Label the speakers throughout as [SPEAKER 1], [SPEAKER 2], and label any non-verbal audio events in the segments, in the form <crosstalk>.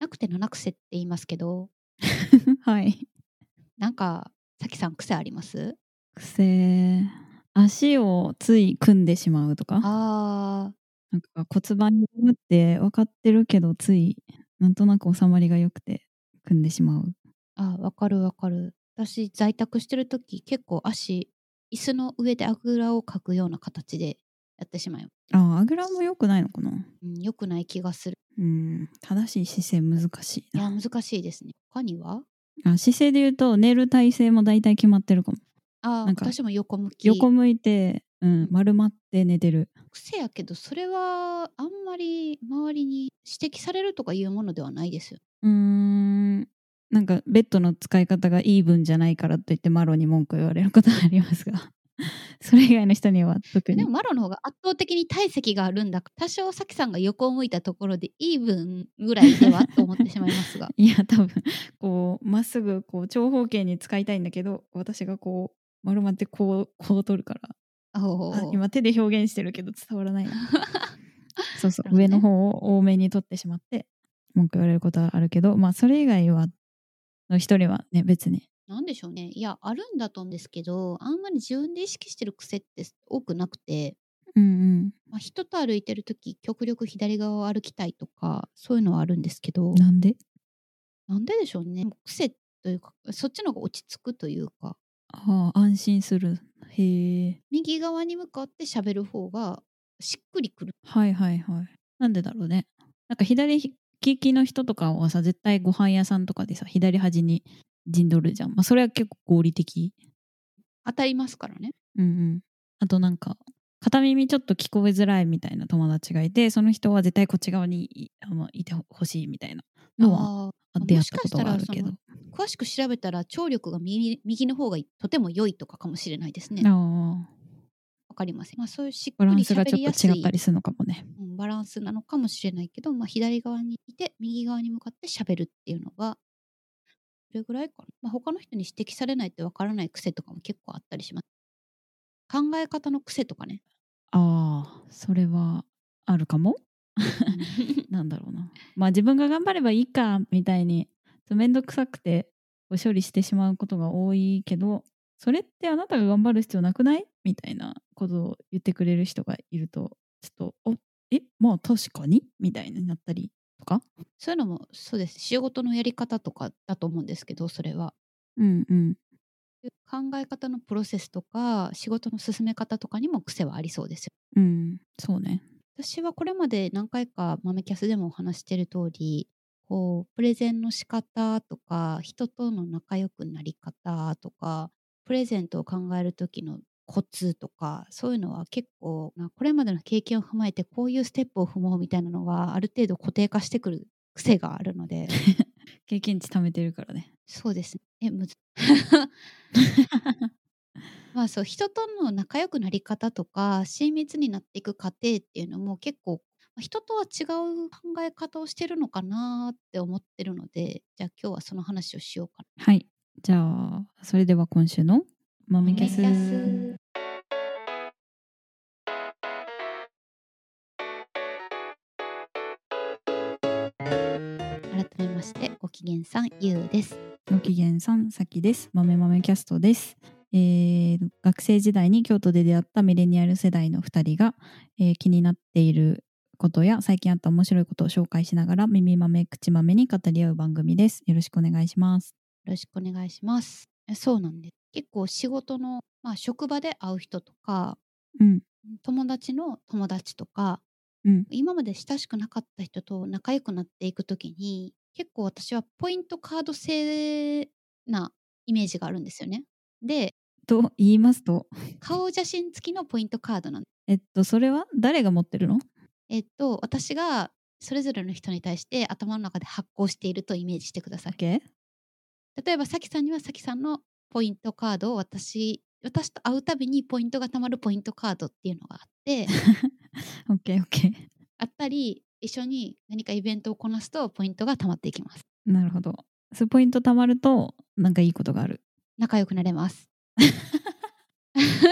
[SPEAKER 1] なくて七癖って言いますけど、
[SPEAKER 2] <laughs> はい。
[SPEAKER 1] なんか、さきさん癖あります
[SPEAKER 2] 癖。足をつい組んでしまうとか、
[SPEAKER 1] あ
[SPEAKER 2] なんか骨盤に組むって分かってるけど、つい、なんとなく収まりが良くて、組んでしまう。
[SPEAKER 1] ーあー、わかるわかる。私、在宅してるとき、結構足、椅子の上であぐらをかくような形でやってしまう。
[SPEAKER 2] ああ、あぐらも良くないのかな
[SPEAKER 1] うん、良くない気がする。
[SPEAKER 2] うん、正しい姿勢難しい
[SPEAKER 1] いや、
[SPEAKER 2] な。
[SPEAKER 1] 難しいですね。他には
[SPEAKER 2] あ姿勢で言うと、寝る体勢も大体決まってるかも。
[SPEAKER 1] ああ、
[SPEAKER 2] なんか
[SPEAKER 1] 私も横向き。
[SPEAKER 2] 横向いて、うん、丸まって寝てる。
[SPEAKER 1] 癖やけど、それはあんまり周りに指摘されるとかいうものではないですよ。
[SPEAKER 2] うーん、なんかベッドの使い方がイーブンじゃないからといってマロに文句言われることはありますが、 <laughs> それ以外の人には特
[SPEAKER 1] で
[SPEAKER 2] に
[SPEAKER 1] も。マロの方が圧倒的に体積があるんだ多少さきさんが横を向いたところでイーブンぐらいではと思ってしまいます
[SPEAKER 2] <laughs>
[SPEAKER 1] が
[SPEAKER 2] いや、多分こう、まっすぐ、こう、長方形に使いたいんだけど、私がこう、丸まってこう、こう取るから、
[SPEAKER 1] お
[SPEAKER 2] あ
[SPEAKER 1] ー
[SPEAKER 2] 今手で表現してるけど伝わらな
[SPEAKER 1] <laughs>
[SPEAKER 2] いなそうそう、
[SPEAKER 1] なるほどね
[SPEAKER 2] 上の方を多めに取ってしまって文句言われることはあるけどまあそれ以外はの一人はね別に
[SPEAKER 1] なんでしょうねいやあるんだと思うんですけどあんまり自分で意識してる癖って多くなくて、
[SPEAKER 2] うん
[SPEAKER 1] まあ、人と歩いてる時極力左側を歩きたいとかそういうのはあるんですけど
[SPEAKER 2] うんなんで
[SPEAKER 1] なんででしょうねもう癖というかそっちの方が落ち着くというか
[SPEAKER 2] ああ安心するへえ
[SPEAKER 1] 右側に向かって喋る方がしっくりくる
[SPEAKER 2] はいはいはいなんでだろうねなんか左利きの人とかはさ絶対ご飯屋さんとかでさ左端に陣取るじゃんまあそれは結構合理的
[SPEAKER 1] 当たりますからね
[SPEAKER 2] うんうん、あとなんか片耳ちょっと聞こえづらいみたいな友達がいてその人は絶対こっち側にいあのいてほしいみたいなのは
[SPEAKER 1] あーー
[SPEAKER 2] 出会ったことはあるけ
[SPEAKER 1] も
[SPEAKER 2] ど
[SPEAKER 1] し詳しく調べたら聴力が右右の方がとても良いとかかもしれないですね。わ
[SPEAKER 2] ああ
[SPEAKER 1] かりません。まあそういうしっ
[SPEAKER 2] バ
[SPEAKER 1] く
[SPEAKER 2] ラ
[SPEAKER 1] り
[SPEAKER 2] ンス
[SPEAKER 1] 喋
[SPEAKER 2] がち
[SPEAKER 1] り
[SPEAKER 2] ょ
[SPEAKER 1] や
[SPEAKER 2] っ
[SPEAKER 1] す
[SPEAKER 2] と
[SPEAKER 1] い
[SPEAKER 2] 違ったりするのかもね
[SPEAKER 1] うんバランスなのかもしれないけど、まあ、左側にいて右側に向かって喋るっていうのがそれぐらいかな。まあ、他の人に指摘されないってわからない癖とかも結構あったりします。考え方の癖とかね。
[SPEAKER 2] ああそれはあるかもなんだろうなまあ自分が頑張ればいいかみたいに面倒くさくてこう処理してしまうことが多いけどそれってあなたが頑張る必要なくないみたいなことを言ってくれる人がいるとちょっと「おえまあ確かに」みたいになったりとか
[SPEAKER 1] そういうのもそうです。仕事のやり方とかだと思うんですけど、それは。
[SPEAKER 2] うんうん
[SPEAKER 1] 考え方のプロセスとか仕事の進め方とかにも癖はありそうですよ
[SPEAKER 2] うんそうね
[SPEAKER 1] 私はこれまで何回か豆キャスでもお話ししてる通りこうプレゼンの仕方とか人との仲良くなり方とかプレゼントを考える時のコツとかそういうのは結構なこれまでの経験を踏まえてこういうステップを踏もうみたいなのがある程度固定化してくる癖があるので
[SPEAKER 2] 経験値貯めてるからね
[SPEAKER 1] そうですねえむずまあそう人との仲良くなり方とか親密になっていく過程っていうのも結構まあ人とは違う考え方をしてるのかなって思ってるのでじゃあ今日はその話をしようか
[SPEAKER 2] はいじゃあそれでは今週の「マ
[SPEAKER 1] な。
[SPEAKER 2] メキャス」
[SPEAKER 1] 豆キャス改めましてご機嫌さんゆうです。
[SPEAKER 2] ご機嫌さん、さきです。まめまめキャストです、えー学生時代に京都で出会ったミレニアル世代の2人が、えー気になっていることや最近あった面白いことを紹介しながら耳まめ、口まめに語り合う番組です。よろしくお願いします。
[SPEAKER 1] よろしくお願いします。えそうなんです。結構仕事の、まあ、職場で会う人とか、
[SPEAKER 2] うん
[SPEAKER 1] 友達の友達とか、
[SPEAKER 2] うん
[SPEAKER 1] 今まで親しくなかった人と仲良くなっていくときに結構私はポイントカード制なイメージがあるんですよね。で
[SPEAKER 2] と言いますと、
[SPEAKER 1] 顔写真付きのポイントカードなんです。
[SPEAKER 2] えっと、それは誰が持ってるの
[SPEAKER 1] えっと私がそれぞれの人に対して頭の中で発行しているとイメージしてください。
[SPEAKER 2] ?OK?
[SPEAKER 1] 例えばさきさんにはさきさんのポイントカードを私私と会うたびにポイントがたまるポイントカードっていうのがあって
[SPEAKER 2] OK, OK.
[SPEAKER 1] あったり一緒に何かイベントをこなすとポイントがたまっていきます
[SPEAKER 2] なるほど。そうポイント貯まると、なんかいいことがある。
[SPEAKER 1] 仲良くなれます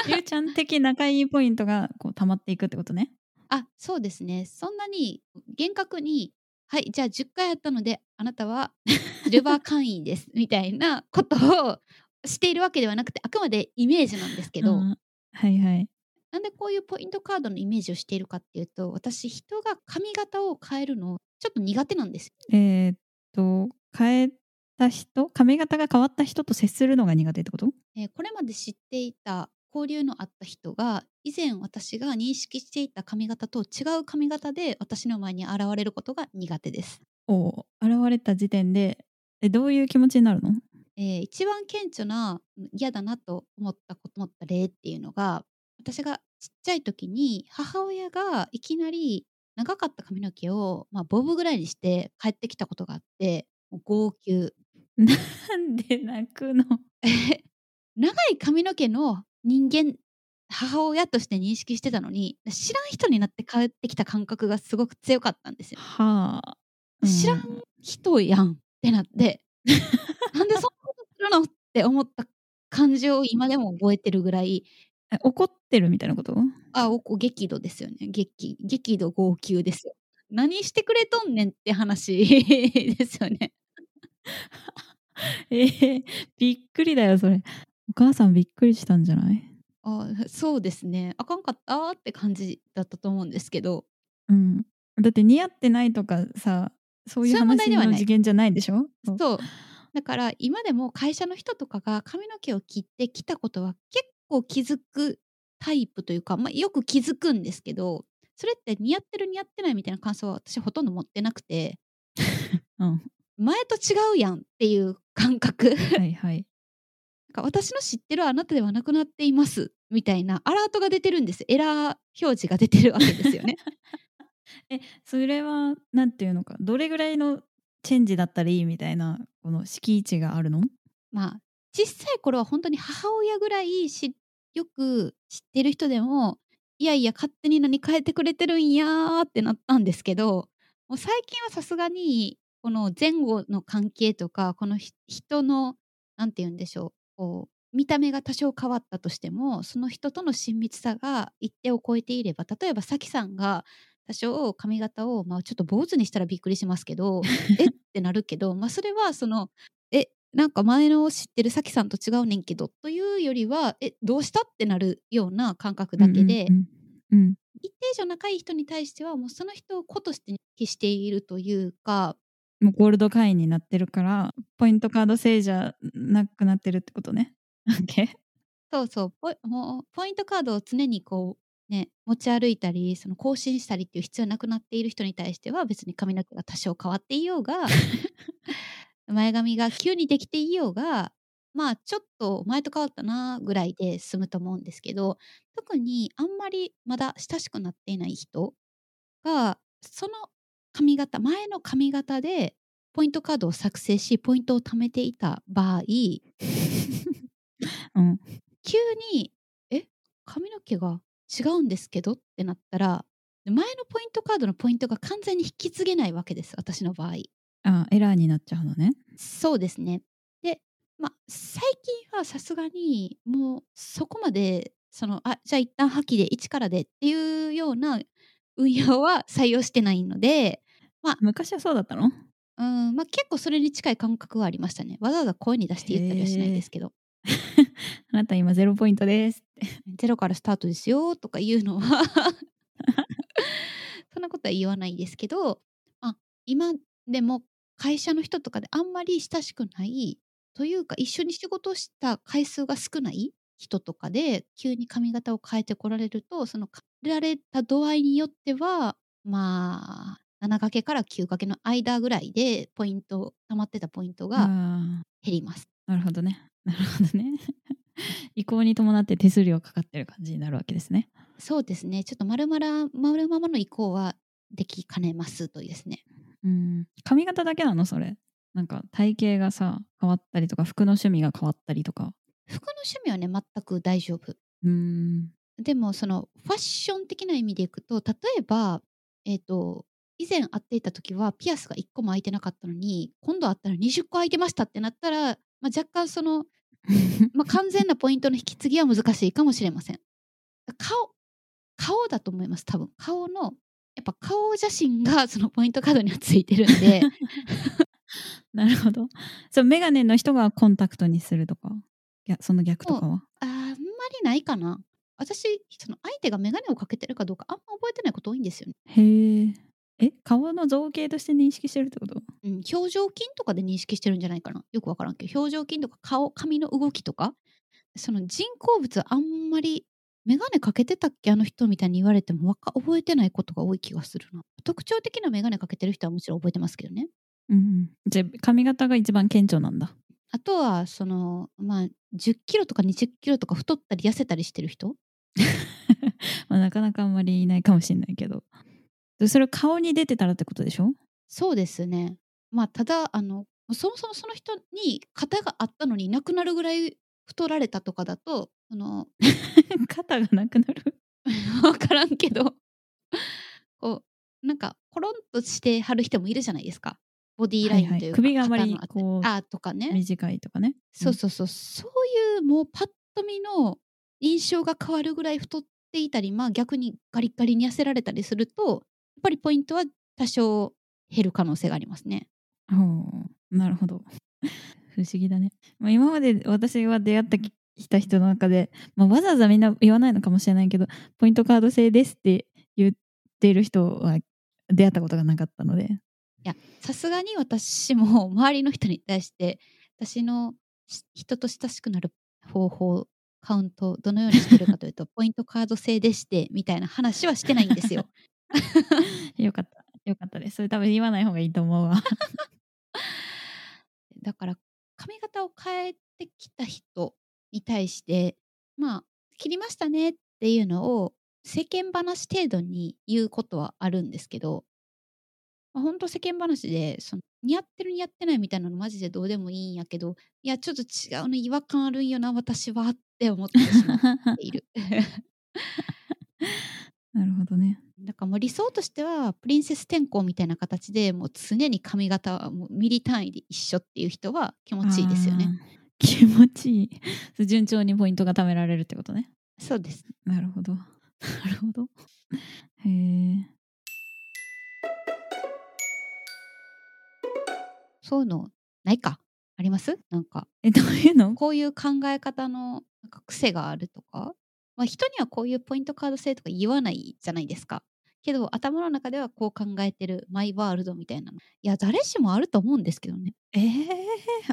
[SPEAKER 2] ゆうちゃん的仲いいポイントがこう溜まっていくってことね。
[SPEAKER 1] あそうですねそんなに厳格にはいじゃあ10回やったのであなたは <laughs> シルバー会員ですみたいなことをしているわけではなくてあくまでイメージなんですけど、
[SPEAKER 2] うんはいはい
[SPEAKER 1] なんでこういうポイントカードのイメージをしているかっていうと私人が髪型を変えるのちょっと苦手なんですよ
[SPEAKER 2] えーっと変えた人髪型が変わった人と接するのが苦手ってこと
[SPEAKER 1] えーこれまで知っていた交流のあった人が以前私が認識していた髪型と違う髪型で私の前に現れることが苦手です。
[SPEAKER 2] お現れた時点でえどういう気持ちになるの
[SPEAKER 1] えー一番顕著な嫌だなと思ったこと思った例っていうのが私がちっちゃい時に母親がいきなり長かった髪の毛を、まあ、ボブぐらいにして帰ってきたことがあってもう号泣
[SPEAKER 2] なんで泣くの
[SPEAKER 1] <laughs> 長い髪の毛の人間母親として認識してたのに知らん人になって帰ってきた感覚がすごく強かったんですよ。
[SPEAKER 2] はあ、う
[SPEAKER 1] 知らん人やんってなってなんでそんなことするのって思った感情を今でも覚えてるぐらい
[SPEAKER 2] え怒ってるみたいなこと
[SPEAKER 1] あおこ激怒ですよね激激怒号泣ですよ何してくれとんねんって話 <laughs> ですよね
[SPEAKER 2] えーびっくりだよそれお母さんびっくりしたんじゃない
[SPEAKER 1] あそうですねあかんかったって感じだったと思うんですけど
[SPEAKER 2] うんだって似合ってないとかさそうい
[SPEAKER 1] そうういう問題
[SPEAKER 2] 話
[SPEAKER 1] ではない
[SPEAKER 2] の次元じゃないでしょそう
[SPEAKER 1] そうだから今でも会社の人とかが髪の毛を切ってきたことは結構気づくタイプというか、まあ、よく気づくんですけどそれって似合ってる似合ってないみたいな感想は私ほとんど持ってなくて
[SPEAKER 2] <laughs> うん
[SPEAKER 1] 前と違うやんっていう感覚 <laughs> なん
[SPEAKER 2] はいはい
[SPEAKER 1] か私の知ってるあなたではなくなっていますみたいなアラートが出てるんですエラー表示が出てるわけです
[SPEAKER 2] <laughs>
[SPEAKER 1] よね
[SPEAKER 2] えそれはなんていうのかどれぐらいのチェンジだったらいいみたいなこの敷地があるの
[SPEAKER 1] まあ小さい頃は本当に母親ぐらいしよく知ってる人でもいやいや勝手に何変えてくれてるんやーってなったんですけどもう最近はさすがにこの前後の関係とかこのひ人のなんて言うんでしょうこう見た目が多少変わったとしてもその人との親密さが一定を超えていれば例えばさきさんが多少髪型を、まあ、ちょっと坊主にしたらびっくりしますけどえってなるけど、まあ、それはそのえなんか前の知ってるさきさんと違うねんけどというよりはえどうしたってなるような感覚だけで、
[SPEAKER 2] うんうんうん
[SPEAKER 1] 一定以上仲いい人に対してはもうその人を子として認識しているというか
[SPEAKER 2] うんもうゴールド会員になってるからポイントカード制じゃなくなってるってことね OK
[SPEAKER 1] そうそうポイもうポイントカードを常にこうね持ち歩いたりその更新したりっていう必要なくなっている人に対しては別に髪の毛が多少変わっていようが <laughs> 前髪が急にできていようがまあちょっと前と変わったなぐらいで済むと思うんですけど特にあんまりまだ親しくなっていない人がその髪型前の髪型でポイントカードを作成しポイントを貯めていた場合
[SPEAKER 2] うん
[SPEAKER 1] 急に「え髪の毛が違うんですけど」ってなったら前のポイントカードのポイントが完全に引き継げないわけです私の場合
[SPEAKER 2] <laughs> あエラーになっちゃうのね
[SPEAKER 1] そうですねでまあ最近はさすがにもうそこまでそのあじゃあ一旦破棄で一からでっていうような運用は採用してないので
[SPEAKER 2] 昔はそうだったの
[SPEAKER 1] うん、まあ、結構それに近い感覚はありましたねわざわざ声に出して言ったりはしないですけど
[SPEAKER 2] あなた今ゼロポイントですって
[SPEAKER 1] ゼロからスタートですよとか言うのは <laughs> そんなことは言わないですけど、まあ、今でも会社の人とかであんまり親しくないというか一緒に仕事をした回数が少ない人とかで急に髪型を変えてこられるとその変えられた度合いによってはまあ7掛けから9掛けの間ぐらいでポイント溜まってたポイントが
[SPEAKER 2] あ
[SPEAKER 1] 減ります。
[SPEAKER 2] ーなるほどねなるほどね <laughs> 移行に伴って手数料かかってる感じになるわけですね
[SPEAKER 1] そうですねちょっと丸々丸ままの移行はできかねますというですね
[SPEAKER 2] うん髪型だけなのそれなんか体型がさ変わったりとか服の趣味が変わったりとか
[SPEAKER 1] 服の趣味はね全く大丈夫
[SPEAKER 2] うん
[SPEAKER 1] でもそのファッション的な意味でいくと例えばえっ、と以前会っていた時はピアスが1個も開いてなかったのに今度会ったら20個開いてましたってなったら、まあ、若干その、まあ、完全なポイントの引き継ぎは難しいかもしれません顔顔だと思います多分顔のやっぱ顔写真がそのポイントカードにはついてるんで
[SPEAKER 2] なるほど。そう、メガネの人がコンタクトにするとか、いやその逆とかは。
[SPEAKER 1] あーあんまりないかな私その相手が眼鏡をかけてるかどうかあんま覚えてないこと多いんですよね、
[SPEAKER 2] へえ。え、顔の造形として認識してるってこと
[SPEAKER 1] うん、表情筋とかで認識してるんじゃないかなよくわからんけど表情筋とか顔髪の動きとかその人工物あんまり眼鏡かけてたっけあの人みたいに言われてもわか覚えてないことが多い気がするな特徴的な眼鏡かけてる人はもちろん覚えてますけどね
[SPEAKER 2] うんうん。じゃあ髪型が一番顕著なんだ。
[SPEAKER 1] あとはそのまあ1 0キロとか2 0キロとか太ったり痩せたりしてる人
[SPEAKER 2] まあ、なかなかあんまりいないかもしれないけど。でそれ顔に出てたらってことでしょ <laughs>
[SPEAKER 1] そうですね。まあただあのそもそもその人に肩があったのになくなるぐらい太られたとかだとあの <laughs>
[SPEAKER 2] 肩がなくなる。
[SPEAKER 1] 分からんけどこうなんかコロンとしてはる人もいるじゃないですかボディーラインというか、
[SPEAKER 2] はいはい首があまり
[SPEAKER 1] 肩の辺
[SPEAKER 2] こう
[SPEAKER 1] あとかね
[SPEAKER 2] 短いとかね。
[SPEAKER 1] そうそうそうそういうもうパッと見の印象が変わるぐらい太っていたりまあ逆にガリッガリに痩せられたりするとやっぱりポイントは多少減る可能性がありますね。
[SPEAKER 2] ほうなるほど不思議だね、まあ、今まで私が出会ってきた人の中で、まあ、わざわざみんな言わないのかもしれないけどポイントカード制ですって言っている人は出会ったことがなかったので
[SPEAKER 1] さすがに私も周りの人に対して私のし人と親しくなる方法カウントどのようにしてるかというとポイントカード制でしてみたいな話はしてないんですよ。
[SPEAKER 2] よかったよかったですそれ多分言わない方がいいと思うわ
[SPEAKER 1] だから髪型を変えてきた人に対してまあ切りましたねっていうのを世間話程度に言うことはあるんですけど、まあ、本当世間話でその似合ってる似合ってないみたいなのマジでどうでもいいんやけどいやちょっと違うの違和感あるんよな私はって思ってしまっている。
[SPEAKER 2] <laughs>
[SPEAKER 1] <laughs>
[SPEAKER 2] なるほどね
[SPEAKER 1] だからもう理想としてはプリンセス転校みたいな形でもう常に髪型はもうミリ単位で一緒っていう人は気持ちいいですよね。
[SPEAKER 2] あー気持ちいいそう順調にポイントが貯められるってことね
[SPEAKER 1] そうです
[SPEAKER 2] なる
[SPEAKER 1] <laughs>
[SPEAKER 2] ほどなるほどへえ
[SPEAKER 1] そういうのないかありますなんか
[SPEAKER 2] えどういうの
[SPEAKER 1] こういう考え方のなんか癖があるとか、まあ、人にはこういうポイントカード制とか言わないじゃないですかけど頭の中ではこう考えてるマイワールドみたいなのいや誰しもあると思うんですけどね
[SPEAKER 2] え <laughs> ー、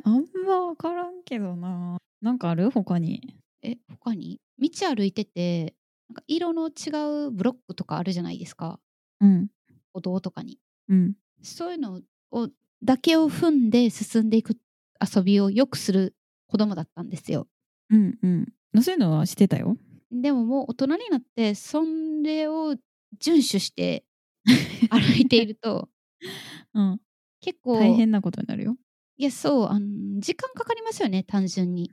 [SPEAKER 2] あんま分からんけどな。なんかある他に。
[SPEAKER 1] え他に道歩いててなんか色の違うブロックとかあるじゃないですか
[SPEAKER 2] うん。
[SPEAKER 1] 歩道とかに
[SPEAKER 2] うん。
[SPEAKER 1] そういうのをだけを踏んで進んでいく遊びをよくする子供だったんですよ
[SPEAKER 2] うんうん。そういうのはしてたよ。
[SPEAKER 1] でももう大人になってそれを遵守して
[SPEAKER 2] <laughs>
[SPEAKER 1] 歩いていると
[SPEAKER 2] うん。
[SPEAKER 1] 結構
[SPEAKER 2] 大変なことになるよ。 <laughs>
[SPEAKER 1] いやそうあの時間かかりますよね単純に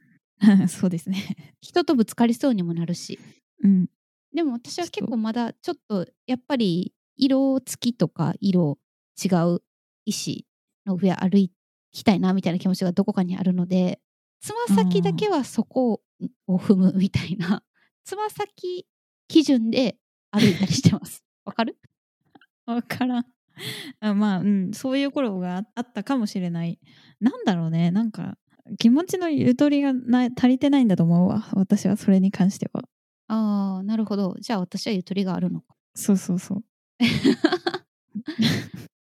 [SPEAKER 2] そうですね。 <laughs>
[SPEAKER 1] 人とぶつかりそうにもなるし
[SPEAKER 2] うん。
[SPEAKER 1] でも私は結
[SPEAKER 2] そ
[SPEAKER 1] 構まだちょっとやっぱり色付きとか色違う石の上歩きたいなみたいな気持ちがどこかにあるのでつま先だけはそこを踏むみたいなつま先基準で歩いたりしてます。わかる
[SPEAKER 2] 分からん。 <laughs> あまあ、うん。そういう頃がああったかもしれない。なんだろうね。なんか、気持ちのゆとりがない足りてないんだと思うわ。私はそれに関しては。
[SPEAKER 1] ああ、なるほど。じゃあ私はゆとりがあるのか。
[SPEAKER 2] そうそうそう。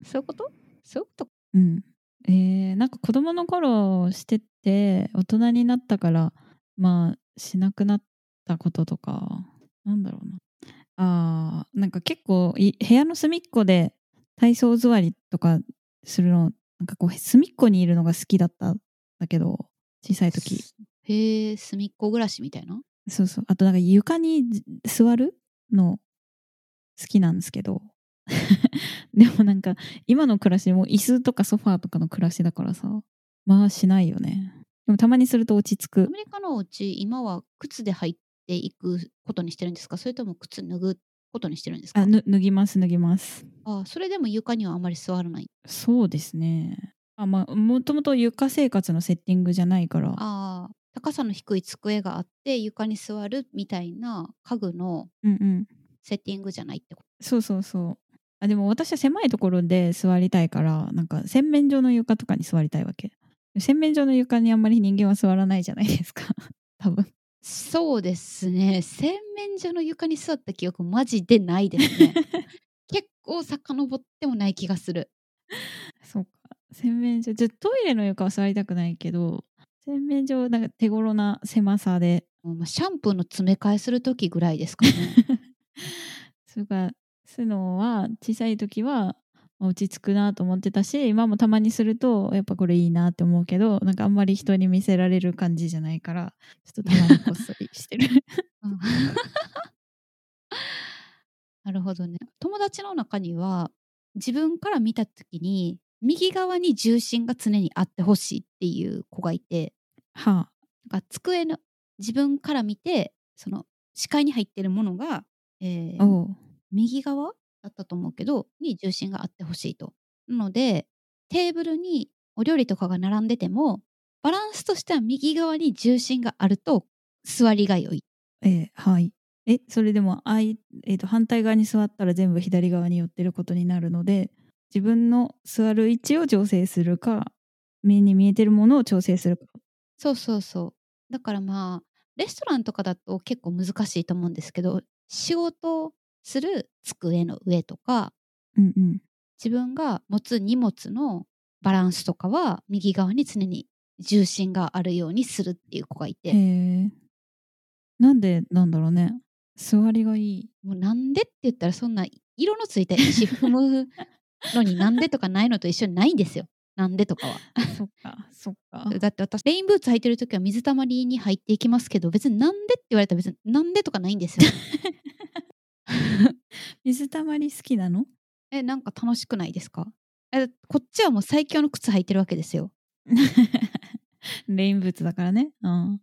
[SPEAKER 1] そういうことそういうことか
[SPEAKER 2] うん。えー、なんか子供の頃してて大人になったからまあしなくなったこととかなんだろうなあーなんか結構い部屋の隅っこで体操座りとかするのなんかこう隅っこにいるのが好きだったんだけど小さい時
[SPEAKER 1] へえ、隅っこ暮らしみたいな。
[SPEAKER 2] そうそうあとなんか床にじ座るの好きなんですけど <laughs> でもなんか今の暮らしも椅子とかソファーとかの暮らしだからさまあしないよねでもたまにすると落ち着
[SPEAKER 1] ア
[SPEAKER 2] く
[SPEAKER 1] メリカのお家、今は靴で入っていくことにしてるんですかそれとも靴脱ぐことにしてるんですか
[SPEAKER 2] あぬ脱ぎます脱ぎます
[SPEAKER 1] あーそれでも床にはあまり座らない。
[SPEAKER 2] そうですねあまあもともと床生活のセッティングじゃないから
[SPEAKER 1] ああ、高さの低い机があって床に座るみたいな家具の
[SPEAKER 2] うんうん
[SPEAKER 1] セッティングじゃないってこと。
[SPEAKER 2] そうそうそうあでも私は狭いところで座りたいからなんか洗面所の床とかに座りたいわけ洗面所の床にあんまり人間は座らないじゃないですか <laughs> 多分
[SPEAKER 1] そうですね。洗面所の床に座った記憶、マジでないですね。 <laughs> 結構遡ってもない気がする。
[SPEAKER 2] そうか洗面所じゃあトイレの床は座りたくないけど洗面所はなんか手頃な狭さで
[SPEAKER 1] もうまあシャンプーの詰め替えする時ぐらいですかね。
[SPEAKER 2] それからスノーは小さい時は落ち着くなと思ってたし今もたまにするとやっぱこれいいなって思うけどなんかあんまり人に見せられる感じじゃないからちょっとたまにこっそりしてる
[SPEAKER 1] <laughs> うんなるほどね。友達の中には自分から見た時に右側に重心が常にあってほしいっていう子がいて
[SPEAKER 2] <laughs> はあ
[SPEAKER 1] なんか机の自分から見てその視界に入ってるものが、えー
[SPEAKER 2] おう
[SPEAKER 1] 右側だったと思うけどに重心があってほしいと。なのでテーブルにお料理とかが並んでてもバランスとしては右側に重心があると座りが良い。
[SPEAKER 2] えーはいえそれでもあい、えー、と反対側に座ったら全部左側に寄ってることになるので自分の座る位置を調整するか目に見えてるものを調整するか
[SPEAKER 1] そうそうそう。だからまあレストランとかだと結構難しいと思うんですけど仕事をする机の上とか
[SPEAKER 2] うんうん
[SPEAKER 1] 自分が持つ荷物のバランスとかは右側に常に重心があるようにするっていう子がいて、
[SPEAKER 2] へえなんでなんだろうね座りがい <laughs> い
[SPEAKER 1] もうなんでって言ったらそんな色のついた石踏むのになんでとかないのと一緒にないんですよ。なんでと <laughs> かは。
[SPEAKER 2] そっかそっか
[SPEAKER 1] だって私レインブーツ履いてる時は水たまりに入っていきますけど別になんでって言われたら別になんでとかないんです <laughs> よ。
[SPEAKER 2] 水たまり好きなの
[SPEAKER 1] えなんか楽しくないですかえこっちはもう最強の靴履いてるわけですよ。
[SPEAKER 2] <laughs> レインブーツだからね。うん。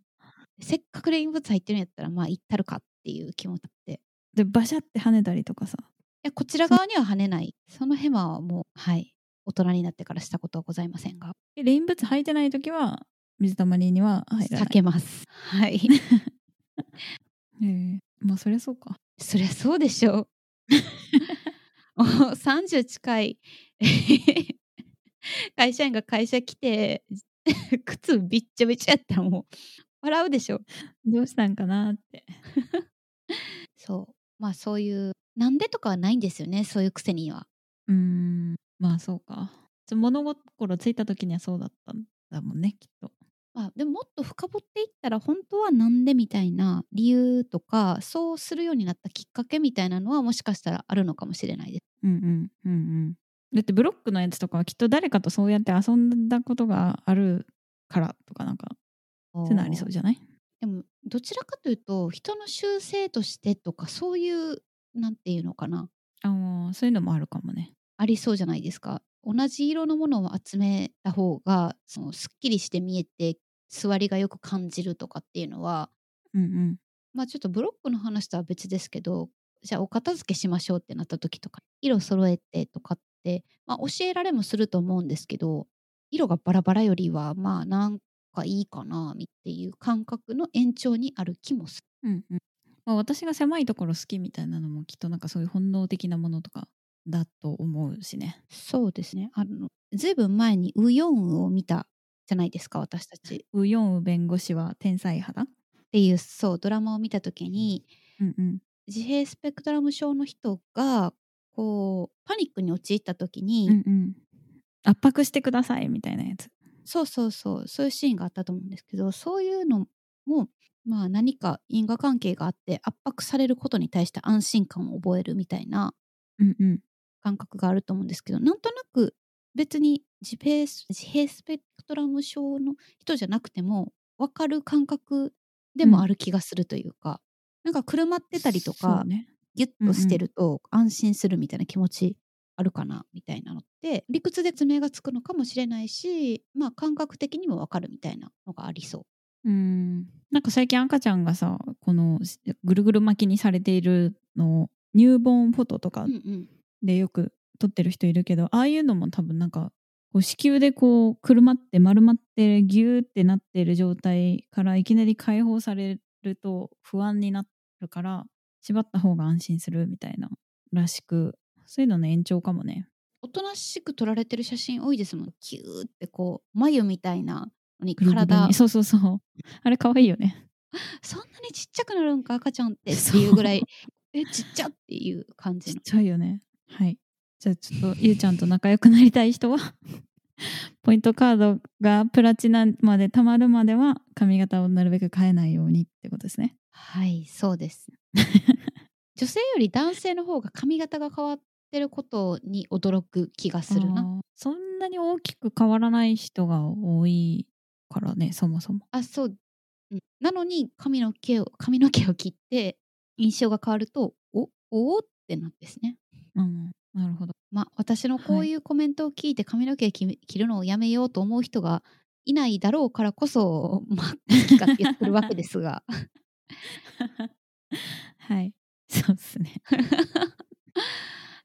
[SPEAKER 1] せっかくレインブーツ履いてるんやったらまあ行ったるかっていう気持ちって。い
[SPEAKER 2] で、バシャって跳ねたりとかさ。
[SPEAKER 1] やこちら側には跳ねない。そのヘマはもうはい大人になってからしたことはございませんが
[SPEAKER 2] でレインブーツ履いてないときは、水たまりには入らな
[SPEAKER 1] 避
[SPEAKER 2] い。
[SPEAKER 1] けます。はい。
[SPEAKER 2] ええまあ、そりゃそうか。
[SPEAKER 1] そりゃそうでしょ <laughs> う。30近い <laughs> 会社員が会社来て <laughs> 靴びっちゃびちゃやったらもう笑うでしょ。
[SPEAKER 2] どうしたんかなって。
[SPEAKER 1] そうまあそういうなんでとかはないんですよねそういうくせには。
[SPEAKER 2] うーん。まあ、そうか。ちょ物心ついたときにはそうだったんだもんね、きっと。
[SPEAKER 1] まあ、でももっと深掘っていったら本当はなんでみたいな理由とかそうするようになったきっかけみたいなのはもしかしたらあるのかもしれないです。
[SPEAKER 2] うんうん。うんうん。だってブロックのやつとかはきっと誰かとそうやって遊んだことがあるからとかなんかそういうのありそうじゃない
[SPEAKER 1] でもどちらかというと人の習性としてとかそういうなんていうのかな
[SPEAKER 2] ああそういうのもあるかもね。
[SPEAKER 1] ありそうじゃないですか同じ色のものを集めた方がそのすっきりして見えて座りがよく感じるとかっていうのは
[SPEAKER 2] うんうん。
[SPEAKER 1] まあちょっとブロックの話とは別ですけどじゃあお片付けしましょうってなった時とか色揃えてとかって、まあ、教えられもすると思うんですけど色がバラバラよりはまあなんかいいかなみっていう感覚の延長にある気もする。
[SPEAKER 2] うんうんまあ、私が狭いところ好きみたいなのもきっとなんかそういう本能的なものとかだと思うしね。
[SPEAKER 1] そうですねあのずいぶん前にウヨンウを見たじゃないですか私たち。
[SPEAKER 2] ウヨンウ弁護士は天才派だ。
[SPEAKER 1] っていうそうドラマを見た時に
[SPEAKER 2] うんうん。
[SPEAKER 1] 自閉スペクトラム症の人がこうパニックに陥った時に、
[SPEAKER 2] うんうん。圧迫してくださいみたいなやつ。
[SPEAKER 1] そうそうそうそういうシーンがあったと思うんですけどそういうのもまあ何か因果関係があって圧迫されることに対して安心感を覚えるみたいな
[SPEAKER 2] うんうん。
[SPEAKER 1] 感覚があると思うんですけどなんとなく別に自閉ス自閉スペクトラム症の人じゃなくても分かる感覚でもある気がするというか、なんかくるまってたりとか
[SPEAKER 2] そう、ね。
[SPEAKER 1] ギュッとしてると安心するみたいな気持ちあるかなみたいなのって理屈で説明がつくのかもしれないしまあ感覚的にもわかるみたいなのがありそう。
[SPEAKER 2] うん。なんか最近赤ちゃんがさこのぐるぐる巻きにされているのをニューボーンフォトとか
[SPEAKER 1] うんうん、
[SPEAKER 2] でよく撮ってる人いるけどああいうのも多分なんかこう子宮でこうくるまって丸まってギューってなってる状態からいきなり解放されると不安になるから縛った方が安心するみたいならしくそういうのの延長かもね。
[SPEAKER 1] おとなしく撮られてる写真多いですもんキューってこう眉みたいなのに
[SPEAKER 2] グリグリに
[SPEAKER 1] 体
[SPEAKER 2] そうそうそう。あれ可愛いよね。
[SPEAKER 1] そんなにちっちゃくなるんか赤ちゃんってっていうぐらいえちっちゃっていう感じ
[SPEAKER 2] ちっ
[SPEAKER 1] の
[SPEAKER 2] ちゃいよね。はい。じゃあちょっとゆうちゃんと仲良くなりたい人は <laughs> ポイントカードがプラチナまで貯まるまでは髪型をなるべく変えないようにってことですね。
[SPEAKER 1] はいそうです <laughs> 女性より男性の方が髪型が変わってることに驚く気がするな
[SPEAKER 2] あーそんなに大きく変わらない人が多いからねそもそも。
[SPEAKER 1] あそううんなのに髪の毛を <laughs> 髪の毛を切って印象が変わるとおおおってなってですね
[SPEAKER 2] うん、なるほど。
[SPEAKER 1] まあ、私のこういうコメントを聞いて髪の毛き切るのをやめようと思う人がいないだろうからこそ、 <laughs> まあ、好き勝手やってるわけですが
[SPEAKER 2] はい。そうですね。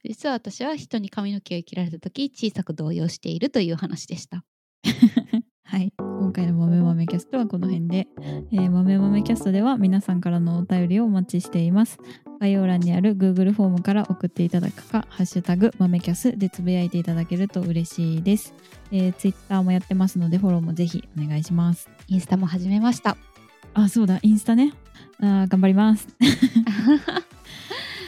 [SPEAKER 1] 実は私は人に髪の毛を切られた時小さく動揺しているという話でした。
[SPEAKER 2] はい、今回の豆豆キャストはこの辺で、えー、豆豆キャストでは皆さんからのお便りをお待ちしています概要欄にある Google フォームから送っていただくか「ハッシュタグ豆キャス」でつぶやいていただけると嬉しいです、えー、Twitter もやってますのでフォローもぜひお願いします
[SPEAKER 1] インスタも始めました。
[SPEAKER 2] あそうだインスタねあー頑張ります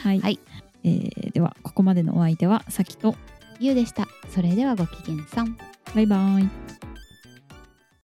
[SPEAKER 2] はい、
[SPEAKER 1] はい
[SPEAKER 2] えーではここまでのお相手はさきと
[SPEAKER 1] ゆうでした。それではごきげんさん。
[SPEAKER 2] バイバイ